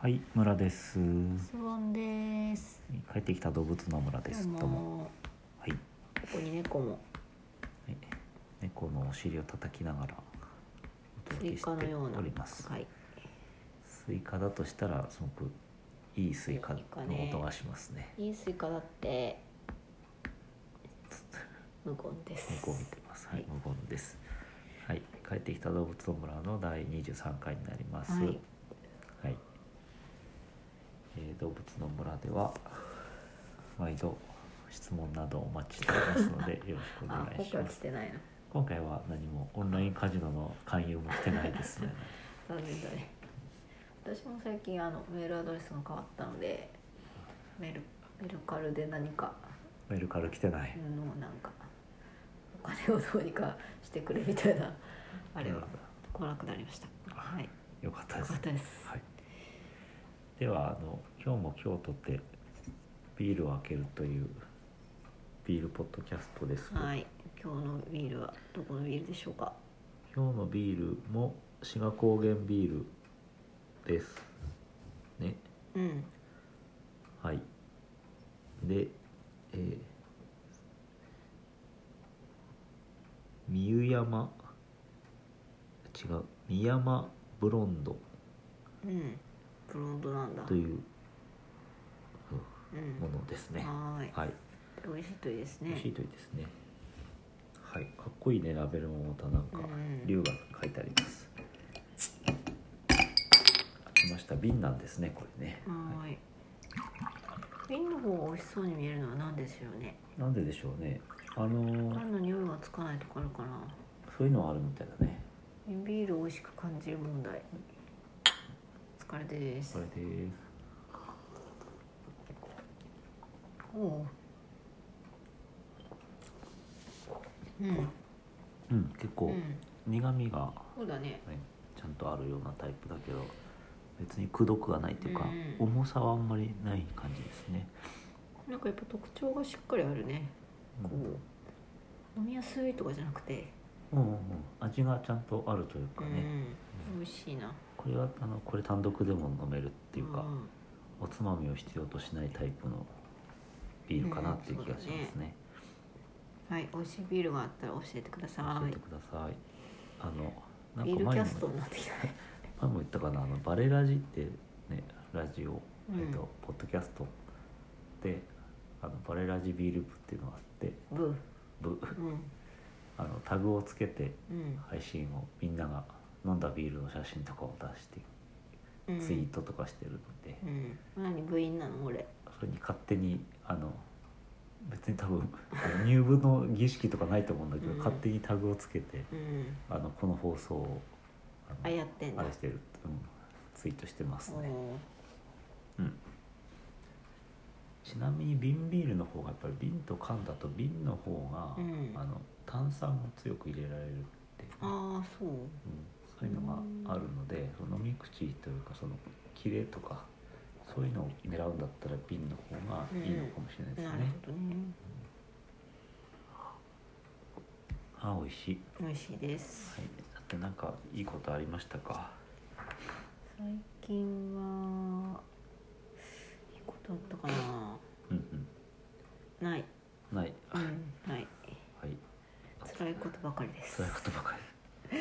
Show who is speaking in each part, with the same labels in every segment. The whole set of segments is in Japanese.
Speaker 1: はい、村です。
Speaker 2: スボンです。
Speaker 1: 帰ってきた動物の村です。どうも。はい。
Speaker 2: ここに猫も
Speaker 1: はい猫のお尻を叩きながら。お
Speaker 2: スイカのような。
Speaker 1: おります。
Speaker 2: はい。
Speaker 1: スイカだとしたら、すごく。いいスイカの
Speaker 2: いいかね
Speaker 1: 音がしますね。
Speaker 2: いいスイカだって。無言です。
Speaker 1: 猫を見てます。はい、
Speaker 2: はい
Speaker 1: 無言です。はい、帰ってきた動物の村の第23回になります。
Speaker 2: はい
Speaker 1: はいえー動物の村では毎度質問などお待ちしておりますのでよろしくお願
Speaker 2: あ、
Speaker 1: いし
Speaker 2: 僕は
Speaker 1: ま
Speaker 2: 来
Speaker 1: す
Speaker 2: てないな。
Speaker 1: 今回は何もオンラインカジノの勧誘もしてないですね
Speaker 2: 残念だね。私も最近あのメールアドレスが変わったので、メルメルカルで何か
Speaker 1: メルカル来てない
Speaker 2: うんもうなんかお金をどうにかしてくれみたいなあれは来なくなりました。はい。
Speaker 1: よかった
Speaker 2: 良
Speaker 1: で
Speaker 2: か
Speaker 1: す
Speaker 2: ったです。
Speaker 1: はい、ではあの今日も今日とってビールを開けるというビールポッドキャストですけど、
Speaker 2: はい。今日のビールはどこのビールでしょうか。
Speaker 1: 今日のビールも志賀高原ビールですね
Speaker 2: うん。
Speaker 1: はいでえー三湯山違う三山ブロンド
Speaker 2: うん。ブロンドなんだ。
Speaker 1: という
Speaker 2: う
Speaker 1: うん
Speaker 2: ん
Speaker 1: ものですね
Speaker 2: はーい。
Speaker 1: はい
Speaker 2: 美味しいといいです
Speaker 1: 美
Speaker 2: ね
Speaker 1: 味し。いといいですねはいかっこいいねラベルもまたなんか
Speaker 2: うん
Speaker 1: 龍が書いてあります開きました瓶なんですねこれね
Speaker 2: はーい。瓶の方が美味しそうに見えるのはなんですよね。
Speaker 1: なんででしょうねあのー
Speaker 2: 缶の匂いがつかないとこあるから。
Speaker 1: そういうのはあるみたいだね
Speaker 2: 瓶ビールを美味しく感じる問題。疲れです
Speaker 1: こ。れです
Speaker 2: おおう。うん。
Speaker 1: うん結
Speaker 2: う
Speaker 1: 構
Speaker 2: ん。
Speaker 1: 苦味が、
Speaker 2: そうだね。
Speaker 1: ねちゃんとあるようなタイプだけど別にくどくはないっていうか、
Speaker 2: うん
Speaker 1: 重さはあんまりない感じですね、
Speaker 2: なんかやっぱ特徴がしっかりあるね。
Speaker 1: う
Speaker 2: こ
Speaker 1: ん、
Speaker 2: う。飲みやすいとかじゃなくて。
Speaker 1: うんうんうん味がちゃんとあるという
Speaker 2: う
Speaker 1: かね、
Speaker 2: ん。美味しいな。
Speaker 1: これはあのこれ単独でも飲めるっていうか、
Speaker 2: ん
Speaker 1: おつまみを必要としないタイプのビールかなっていう気がしますね,、
Speaker 2: はい、美味しいビールがあったら教えてくださ
Speaker 1: 教え
Speaker 2: い
Speaker 1: て。くださいあのなん
Speaker 2: ビー
Speaker 1: か
Speaker 2: ルキ
Speaker 1: 前
Speaker 2: ャ
Speaker 1: も
Speaker 2: ストになって きたね。
Speaker 1: 前も言ったかなあのバレラジってねラジオ、
Speaker 2: うん
Speaker 1: えっと、ポッドキャストであのバレラジビール部っていうのがあって
Speaker 2: ブ
Speaker 1: 部
Speaker 2: ー。うん。
Speaker 1: あのタグをつけて
Speaker 2: うん
Speaker 1: 配信をみんなが飲んだビールの写真とかを出して
Speaker 2: うん。
Speaker 1: ツイートとかしてるので、
Speaker 2: うん。何部員なの俺。
Speaker 1: それに勝手にあの別に多分入部の儀式とかないと思うんだけど、
Speaker 2: うん
Speaker 1: 勝手にタグをつけて
Speaker 2: うん。
Speaker 1: あのこの放送をあの
Speaker 2: あやってん
Speaker 1: あ
Speaker 2: だ
Speaker 1: れ。してる、うん、ツイートしてます
Speaker 2: お
Speaker 1: ね、
Speaker 2: お。
Speaker 1: うん、ちなみに瓶ビールの方がやっぱり瓶と缶だと瓶の方が、
Speaker 2: うん
Speaker 1: あの炭酸を強く入れられるっていうね、
Speaker 2: ああ、そう。
Speaker 1: うんそういうのがあるのでその飲み口というかその切れとかそういうのを狙うんだったら瓶の方がいいのかもしれないです
Speaker 2: なる
Speaker 1: ね、
Speaker 2: ほどね。
Speaker 1: あ美味しい、
Speaker 2: 美味しいです
Speaker 1: は。い、だってなんかいいことありましたか
Speaker 2: 最近は。いいことあったか
Speaker 1: うん
Speaker 2: な。ない。
Speaker 1: うんない、
Speaker 2: う
Speaker 1: はい
Speaker 2: ん。ない。辛いことばかりです
Speaker 1: 辛い。ことばかり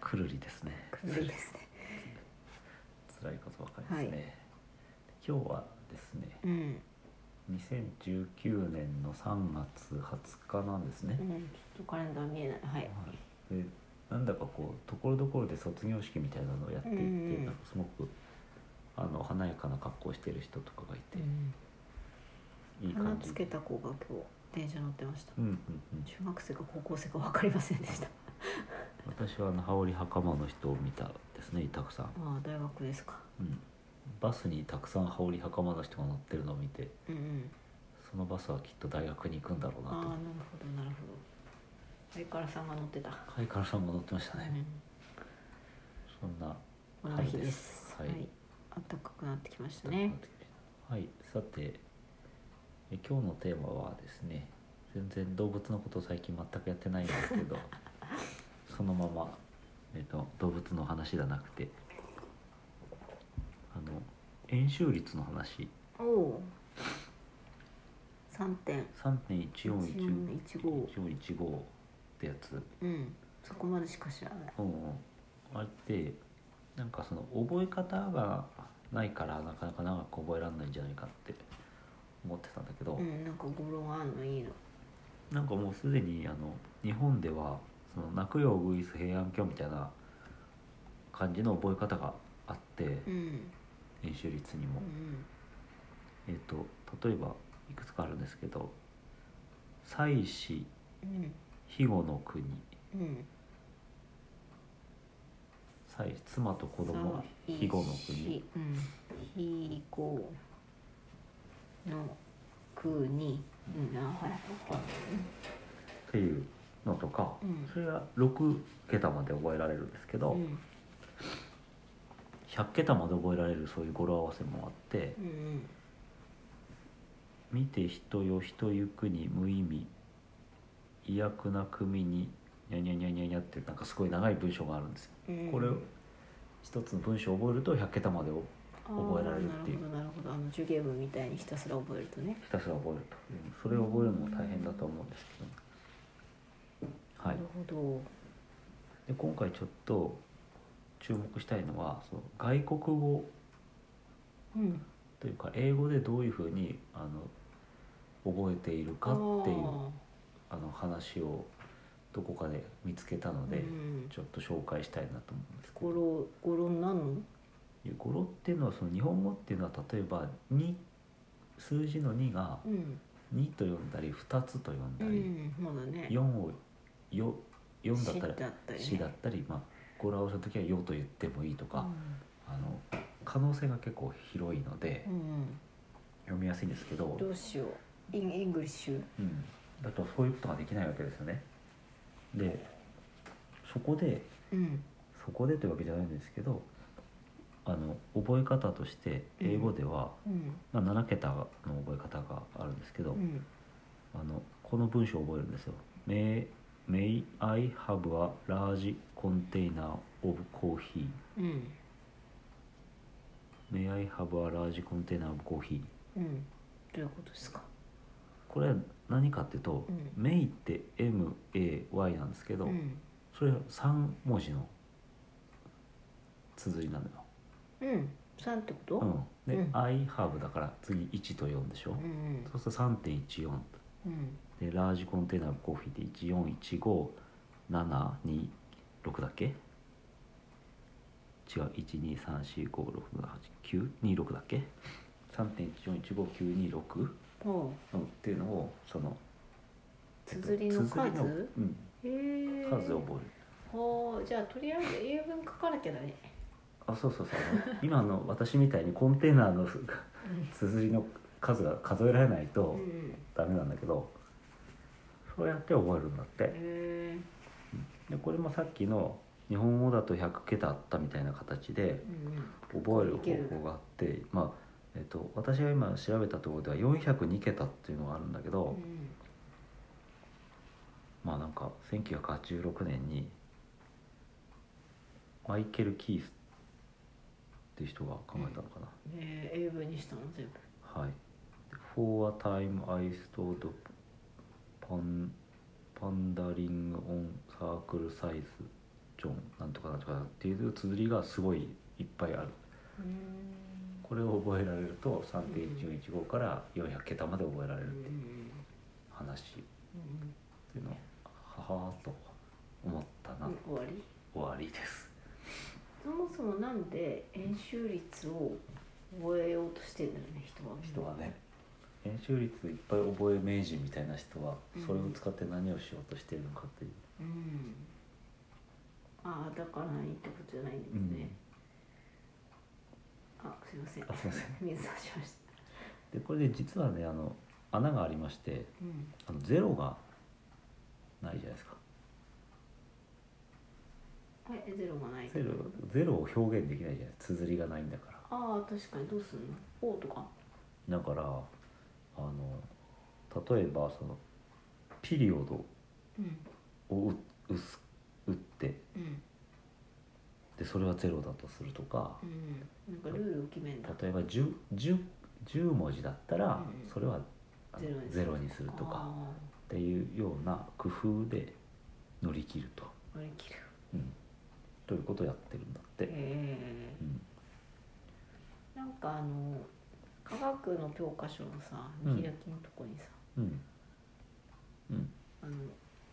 Speaker 1: くるりですね
Speaker 2: くずですね。
Speaker 1: 辛いことばかりですね、
Speaker 2: は
Speaker 1: 今日はですね
Speaker 2: うん。
Speaker 1: 2019年の3月20日なんですね
Speaker 2: う、ん。ちょっとカレンダー見えない。は
Speaker 1: は
Speaker 2: い。
Speaker 1: い、でなんだかこうところどころで卒業式みたいなのをやっていて、
Speaker 2: うんうん
Speaker 1: なんかすごくあの華やかな格好をしてる人とかがいて、
Speaker 2: うん。
Speaker 1: いい
Speaker 2: 鼻
Speaker 1: 感じ
Speaker 2: つけた子が今日電車乗ってました
Speaker 1: うんうんうん、
Speaker 2: 中学生か高校生か分かりませんでした
Speaker 1: 私はあの羽織袴の人を見たですねたくさん、
Speaker 2: ああ大学ですか
Speaker 1: うん、バスにたくさん羽織袴の人が乗ってるのを見て
Speaker 2: うんうん
Speaker 1: そのバスはきっと大学に行くんだろう
Speaker 2: あ
Speaker 1: な
Speaker 2: あなる
Speaker 1: と
Speaker 2: ほどなるほど相川さんが乗ってた、
Speaker 1: はいからさんも乗ってましたね、そんな
Speaker 2: うん、同じ日です
Speaker 1: は
Speaker 2: はいい、暖かくなってきましたね
Speaker 1: はい、さてえ今日のテーマはですね全然動物のこと最近全くやってないんですけ どそのまま、えっと動物の話じゃなくてあの円周率の話
Speaker 2: おお3点
Speaker 1: 3.1415
Speaker 2: 1415
Speaker 1: 1415ってやつ
Speaker 2: うんそこまでしか知らない
Speaker 1: うんうんあれってなんかその覚え方がないからなかなか長く覚えられないんじゃないかって思ってたんだけど、
Speaker 2: うんなんか語呂があんのいいの
Speaker 1: なんかもうすでにあの日本ではその泣くよウグイス平安京みたいな感じの覚え方があって、
Speaker 2: うん
Speaker 1: 演習率にも
Speaker 2: う、
Speaker 1: え
Speaker 2: ん
Speaker 1: っ、と例えばいくつかあるんですけど「祭祀
Speaker 2: うん
Speaker 1: 肥後の国」
Speaker 2: うん
Speaker 1: 「祭祀妻と子供肥後の国」
Speaker 2: うん肥後の国うんあはい
Speaker 1: っていうのとか、
Speaker 2: うん
Speaker 1: それが6桁まで覚えられるんですけど、
Speaker 2: うん
Speaker 1: 100桁まで覚えられるそういう語呂合わせもあって
Speaker 2: うんうん
Speaker 1: 「見て人よ人行くに無意味」「威悪な組に」にゃにゃにゃにゃにゃってなんかすごい長い文章があるんですよ
Speaker 2: うん
Speaker 1: これを一つの文章を覚えると100桁までを覚えられるっていう
Speaker 2: あーなるほどなるほどあの受験部みたいにひたすら覚えるとね
Speaker 1: ひたすら覚えるというそれを覚えるのも大変だと思うんですけど、はい
Speaker 2: な、るほど
Speaker 1: で今回ちょっと注目したいのはその外国語
Speaker 2: うん
Speaker 1: というか英語でどういうふうにあの覚えているかっていうあの話をどこかで見つけたの
Speaker 2: あー
Speaker 1: で、
Speaker 2: うん
Speaker 1: ちょっと紹介したいなと思うんですけ
Speaker 2: 語
Speaker 1: ど
Speaker 2: 呂語呂なの
Speaker 1: で語呂っていうのはその日本語っていうのは例えば2数字の2が
Speaker 2: うん
Speaker 1: 2と呼んだり2つと呼ん
Speaker 2: う
Speaker 1: だり。
Speaker 2: んまだね
Speaker 1: 4をよ4だった
Speaker 2: しだ
Speaker 1: ら
Speaker 2: ったりね
Speaker 1: 4だったり、まあ、語呂合わせの時は「よ」と言ってもいいとか、あの可能性が結構広いので
Speaker 2: うんうん
Speaker 1: 読みやすいんですけど、
Speaker 2: どうしようインイングリッシュ
Speaker 1: うん、だとそういうことができないわけですよね。でそこで
Speaker 2: うん
Speaker 1: そこでというわけじゃないんですけどあの覚え方として英語では、
Speaker 2: うん
Speaker 1: まあ、7桁の覚え方があるんですけど、
Speaker 2: うん
Speaker 1: あのこの文章を覚えるんですよ。May, may I have a large container of coffee?
Speaker 2: うん
Speaker 1: May I have a large container of coffee?
Speaker 2: うんどういうことですか
Speaker 1: これは何かっていうと、
Speaker 2: う
Speaker 1: May って MAY なんですけど、
Speaker 2: うん
Speaker 1: それは3文字の綴りなのよ。
Speaker 2: うん三ってこと
Speaker 1: うん、で、
Speaker 2: うん
Speaker 1: I have だから次1と4でしょ。
Speaker 2: うん
Speaker 1: そうすると3.14。
Speaker 2: うん
Speaker 1: で、ラージコンテナコーヒーで1415726だっけ違う12345678926だっけ3.1415926、
Speaker 2: うんお
Speaker 1: う
Speaker 2: う
Speaker 1: ん、っていうのをその
Speaker 2: 綴りの数
Speaker 1: えっと綴りの
Speaker 2: へえ
Speaker 1: うん、数を覚える
Speaker 2: ほうじゃあとりあえず英文書かなきゃだね
Speaker 1: あそうそうそうあの今の私みたいにコンテナの綴りの数が数えられないと
Speaker 2: うん
Speaker 1: ダメなんだけどそうやって覚えるんだって
Speaker 2: へえ
Speaker 1: でこれもさっきの日本語だと100桁あったみたいな形で
Speaker 2: うん
Speaker 1: 覚える方法があってまあえっと、私が今調べたところでは402桁っていうのがあるんだけど、
Speaker 2: うん
Speaker 1: まあなんか1986年にマイケル・キースっていう人が考えたのかな、
Speaker 2: ね英文にしたの全部
Speaker 1: はい「For a time I stood pan- pondering on circle size John」なんとかなんとかっていう綴りがすごいいっぱいある
Speaker 2: うん
Speaker 1: これを覚えられると3.1415から400桁まで覚えられ
Speaker 2: う
Speaker 1: る
Speaker 2: ん
Speaker 1: 話っ
Speaker 2: うん
Speaker 1: ていうのをははーと思ったな、
Speaker 2: うん終わり
Speaker 1: 終わりです
Speaker 2: そもそもなんで円周率を覚えようとしてんだよね人は
Speaker 1: 人はね演習率いっぱい覚え名人みたいな人は
Speaker 2: うん
Speaker 1: それを使って何をしようとしてるのか っていう、
Speaker 2: うんああだから何ってことじゃないんですね、あすいません
Speaker 1: あすいません
Speaker 2: 水差しました
Speaker 1: でこれで実はねあの穴がありまして
Speaker 2: うん
Speaker 1: あのゼロがないじゃないですか
Speaker 2: はいえゼロがない
Speaker 1: ゼロゼロを表現できないじゃない綴りがないんだか
Speaker 2: ああ確かにどうすんのおとから
Speaker 1: だからあの例えばそのピリオド
Speaker 2: うん
Speaker 1: を打打つ打って
Speaker 2: うん
Speaker 1: でそれはゼロだとするとか
Speaker 2: うん、なんかルールを決めんだ
Speaker 1: 例えば 10, 10, 10文字だったら
Speaker 2: うん
Speaker 1: それはあのゼロにするとか
Speaker 2: あ
Speaker 1: っていうような工夫で乗り切ると、
Speaker 2: ー乗り切る
Speaker 1: うん、ということをやってるんだって。
Speaker 2: え
Speaker 1: うん
Speaker 2: ー、なんかあの科学の教科書のさ
Speaker 1: うん
Speaker 2: 見開きのとこにさ、
Speaker 1: うんうん、
Speaker 2: あの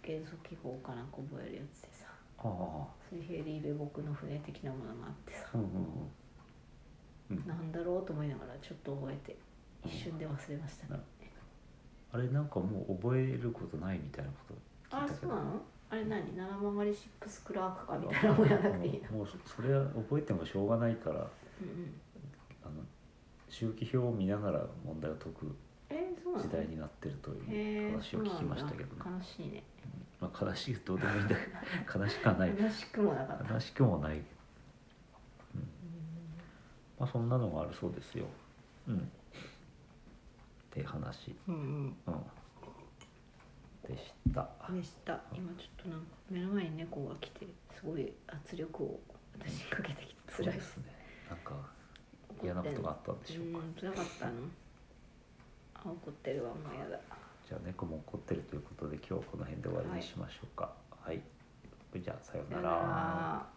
Speaker 2: 元素記号かなんか覚えるやつでさ
Speaker 1: ああ
Speaker 2: 水平リーベ僕の船的なものがあってさ
Speaker 1: うんうんうんうん
Speaker 2: なんだろうと思いながらちょっと覚えて一瞬で忘れましたね、
Speaker 1: あれなんかもう覚えることないみたいなこと
Speaker 2: あ
Speaker 1: 聞いたけ
Speaker 2: そう
Speaker 1: ど
Speaker 2: なのあれ何七曲りシップスクラークかみたいなのもやらなくていいな
Speaker 1: もうそれは覚えてもしょうがないから
Speaker 2: うんうん
Speaker 1: あの周期表を見ながら問題を解く
Speaker 2: えー、そうなの
Speaker 1: 時代になってるという
Speaker 2: へー
Speaker 1: 話を聞きましたけどね
Speaker 2: そう、なんだ悲しいね
Speaker 1: まあ、悲しいどうでもいいんだけ ど悲しくはない
Speaker 2: 悲しくもなかった
Speaker 1: 悲しくもない、まあ、そんなのがあるそうですようんって話、
Speaker 2: うんうん
Speaker 1: うん、でした
Speaker 2: でした今ちょっとなんか目の前に猫が来てすごい圧力を私にかけてきて
Speaker 1: そう
Speaker 2: 辛い
Speaker 1: で
Speaker 2: ですす
Speaker 1: ねなんか嫌なことがあったんでしょうか、
Speaker 2: うん辛かったのあ怒ってるわもうやだ
Speaker 1: じゃあ猫も怒ってるということで今日はこの辺で終わりにしましょうかはい、じゃあさよう
Speaker 2: さ
Speaker 1: な
Speaker 2: よ
Speaker 1: ら
Speaker 2: なら